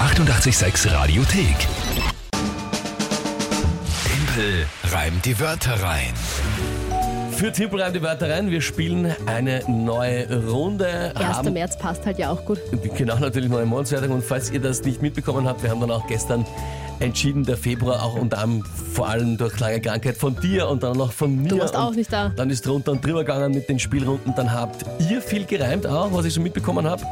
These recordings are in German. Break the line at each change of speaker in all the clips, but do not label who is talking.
886 Radiothek. Tempel reimt die Wörter rein.
Für Tipp rein die Wörter rein. Wir spielen eine neue Runde.
1.
haben
März passt halt ja auch gut.
genau natürlich neue Monatswertung. Und falls ihr das nicht mitbekommen habt, wir haben dann auch gestern entschieden, der Februar auch unter anderem vor allem durch lange Krankheit von dir und dann noch von mir.
Du warst
und
auch nicht da.
Dann ist drunter und drüber gegangen mit den Spielrunden. Dann habt ihr viel gereimt auch, was ich so mitbekommen habe.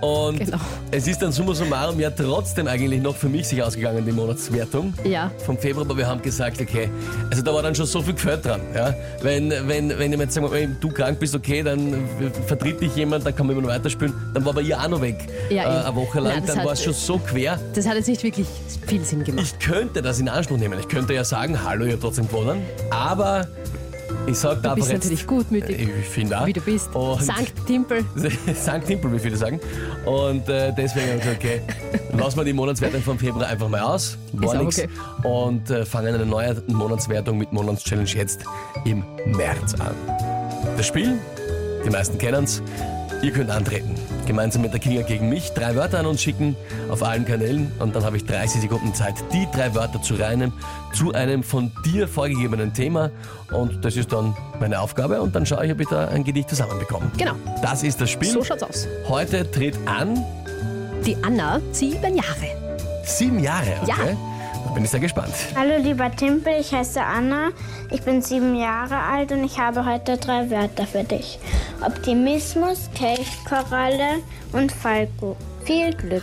Und
Genau.
es ist dann summa summarum ja trotzdem eigentlich noch für mich sich ausgegangen, die Monatswertung
Ja.
vom Februar, aber wir haben gesagt, okay, also da war dann schon so viel gehört dran. Ja? Wenn, wenn, wenn jemand sagt, ey, du krank bist, okay, dann äh, vertritt dich jemand, dann kann man immer noch weiterspielen. Dann war bei ihr auch noch weg,
Ja,
äh,
eben.
eine Woche
Nein,
lang,
das
dann
hat-
war es schon so quer.
Das hat jetzt nicht wirklich viel Sinn gemacht.
Ich könnte das in Anspruch nehmen. Ich könnte ja sagen, hallo, ihr habt trotzdem gewonnen, aber ich sage
Du
da
bist
jetzt,
natürlich gutmütig,
ich finde auch.
wie du bist.
Und-
Sankt Timpel.
Sankt Timpel, wie viele sagen. Und äh, deswegen haben wir gesagt, okay, lassen wir die Monatswertung vom Februar einfach mal aus. War
Ist auch
nix.
okay.
Und äh, fangen eine neue Monatswertung mit Monatschallenge jetzt im März an. Das Spiel, die meisten kennen's. Ihr könnt antreten. Gemeinsam mit der Kinga gegen mich drei Wörter an uns schicken auf allen Kanälen und dann habe ich 30 Sekunden Zeit, die drei Wörter zu reimen zu einem von dir vorgegebenen Thema und das ist dann meine Aufgabe und dann schaue ich, ob ich da ein Gedicht zusammenbekomme.
Genau,
Das ist das Spiel.
so schaut's aus.
Heute tritt an
Die Anna, sieben Jahre.
sieben Jahre. Okay? Da bin ich sehr gespannt.
Hallo lieber Timpel, ich heiße Anna, ich bin sieben Jahre alt und ich habe heute drei Wörter für dich. Optimismus, Kelchkoralle und Falco. Viel Glück.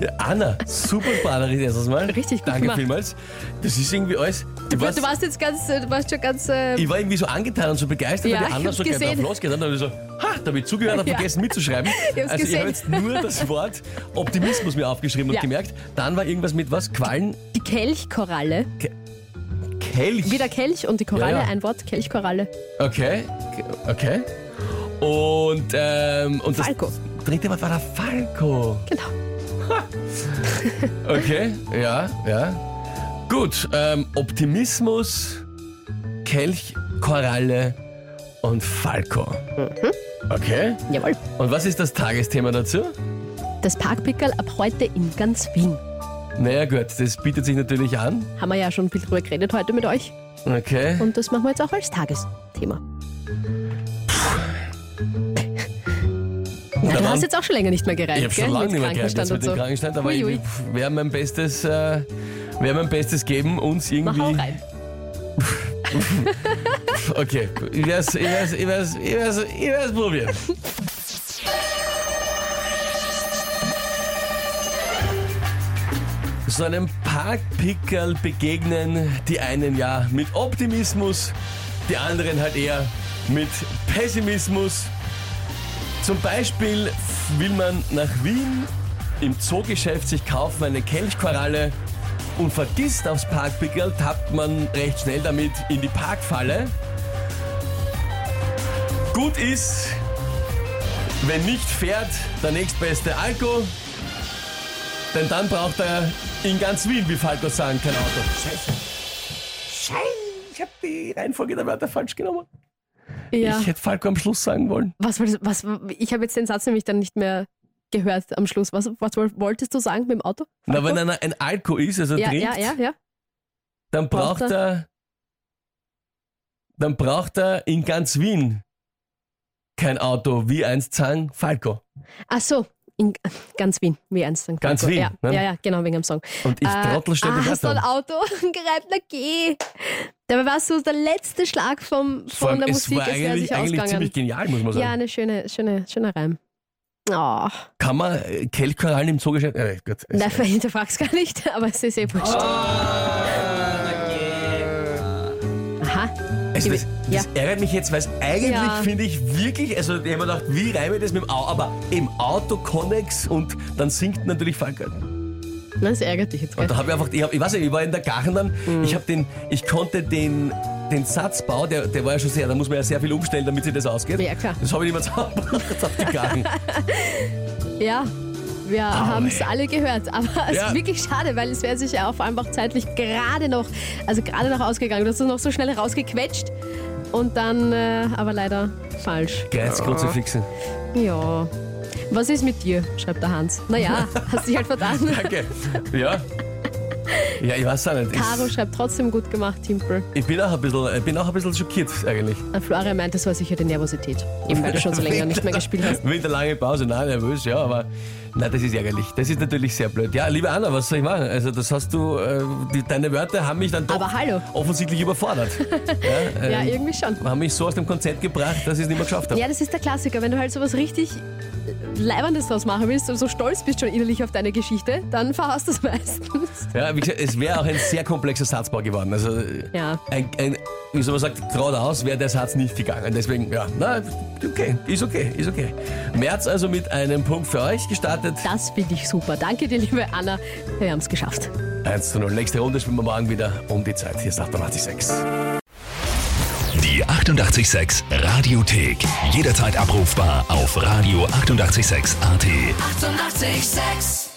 Ja, Anna, super Ballerin erstes Mal.
Richtig gut
Danke
gemacht.
vielmals. Das ist irgendwie alles. Ich,
du warst jetzt ganz, äh, du warst schon ganz. Äh,
ich war irgendwie so angetan und so begeistert,
Ja,
weil die Anna
ich
so
hab's
gleich drauf
gesehen.
losgeht. Und dann ne? hab ich so, ha, da hab ich zugehört, hab
Ja.
vergessen mitzuschreiben.
Ich hab's
also ich habe jetzt
gesehen.
nur das Wort Optimismus mir aufgeschrieben
Ja.
und gemerkt. Dann war irgendwas mit was? Quallen?
die Kelchkoralle.
Kelch?
Wieder Kelch und die Koralle,
Ja, ja.
ein Wort, Kelchkoralle.
Okay, okay. Und, ähm, und
Falco.
das dritte Wort war der Falco.
Genau.
Okay, ja, ja. Gut, ähm, Optimismus, Kelch, Koralle und Falco.
Mhm.
Okay.
Jawohl.
Und was ist das Tagesthema dazu?
Das Parkpickerl ab heute in ganz Wien.
Naja gut, das bietet sich natürlich an.
Haben wir ja schon viel drüber geredet heute mit euch.
Okay.
Und das machen wir jetzt auch als Tagesthema. Na,
da
du
waren-
hast jetzt auch schon länger nicht mehr gereimt,
ich habe schon
gell?
lange
Mit
nicht mehr geredet
Krankenstand
jetzt mit dem Krankenstand, aber
Ui,
ich
ui.
werde mein Bestes, äh, werd mein Bestes geben, uns
Mach
irgendwie...
auch rein.
Okay, ich werde es ich werd's, ich werd's, ich werd's, ich werd's probieren. So einem Parkpickerl begegnen die einen ja mit Optimismus, die anderen halt eher mit Pessimismus. Zum Beispiel will man nach Wien im Zoogeschäft sich kaufen eine Kelchkoralle und vergisst aufs Parkpickerl, tappt man recht schnell damit in die Parkfalle. Gut ist, wenn nicht fährt, der nächstbeste Alko, denn dann braucht er in ganz Wien, wie Falco sagen, kein Auto. Scheiße. Scheiße, ich habe die Reihenfolge der Wörter falsch genommen.
Ja.
Ich hätte Falco am Schluss sagen wollen.
Was, wolltest- was, ich habe jetzt den Satz nämlich dann nicht mehr gehört am Schluss. Was, was woll- wolltest du sagen mit dem Auto?
Na,
Falco?
wenn einer ein Alko ist, also
ja,
trinkt,
ja, ja, ja.
dann braucht
Braucht
er, dann braucht er in ganz Wien kein Auto, wie einst sang Falco.
Ach so, in ganz Wien, wie eins dann.
Ganz
Falco.
Wien,
Ja,
ne?
ja, ja, genau, wegen dem Song.
Und ich
Äh,
trottel schnell
ah,
die
hast du ein
Wörter. um.
Auto gereimt? Na geh! Dabei war so der letzte Schlag vom,
Vor
von
allem,
der
es
Musik,
war
ist der
eigentlich,
sich
eigentlich
ausgegangen.
ziemlich genau genial, muss man sagen.
Ja, eine schöne, schöne, schöner Reim. Oh,
Kann man äh, Kelchkorallen im Zoogeschäft... Äh, gut, es-
dafür hinterfragst gar nicht, aber es ist eh wurscht. Aha,
Also das,
Ja.
das ärgert mich jetzt, weil es eigentlich
Ja.
finde ich wirklich, also ich habe mir gedacht, wie reime ich das mit dem Auto, aber im Auto Connex und dann singt natürlich Falco.
das ärgert dich jetzt
Und
gell?
da habe ich einfach, ich, hab, ich weiß nicht, ich war in der Gachen dann,
Mhm.
ich habe den, ich konnte den, den Satzbau, der, der war ja schon sehr, da muss man ja sehr viel umstellen, damit sich das ausgeht.
Ja, klar.
Das habe ich nicht mehr zusammengebracht auf die Gachen.
Ja, wir haben es alle gehört. Aber es
Ja.
ist wirklich schade, weil es wäre sich ja auch einfach zeitlich gerade noch, also gerade noch ausgegangen. Du hast es noch so schnell rausgequetscht und dann äh, aber leider falsch.
Geizkruzifixen.
Ja. Was ist mit dir? schreibt der Hans. Naja, hast dich halt vertan.
Danke. Ja. Ja, ich weiß auch nicht.
Caro schreibt trotzdem gut gemacht, Timpel.
Ich, ich bin, auch ein bisschen, ich bin auch ein bisschen schockiert eigentlich.
Äh, Florian meint, das war sicher die Nervosität. Eben weil du schon so länger nicht mehr gespielt hast.
Winterlange Pause, nein, nervös, ja, aber nein, das ist ärgerlich. Das ist natürlich sehr blöd. Ja, liebe Anna, was soll ich machen? Also das hast du, äh, die, deine Wörter haben mich dann doch
Aber hallo.
offensichtlich überfordert. ja,
Ja,
äh,
irgendwie schon.
haben mich so aus dem Konzept gebracht, dass ich es nicht mehr geschafft habe.
Ja, das ist der Klassiker. Wenn du halt sowas richtig äh, Leibendes draus machen willst und so stolz bist schon innerlich auf deine Geschichte, dann verhaust du es meistens.
Ja, wie gesagt, es wäre auch ein sehr komplexer Satzbau geworden. Also äh,
Ja.
ein, ein, wie soll man sagt, geradeaus wäre der Satz nicht gegangen. Deswegen, ja, na, okay, ist okay, ist okay. März also mit einem Punkt für euch gestartet.
Das finde ich super. Danke dir, liebe Anna. Wir haben es geschafft.
1 zu 0. Nächste Runde spielen wir morgen wieder um die Zeit. Hier ist 886.
Die 886 Radiothek. Jederzeit abrufbar auf radio886.at. 886!
886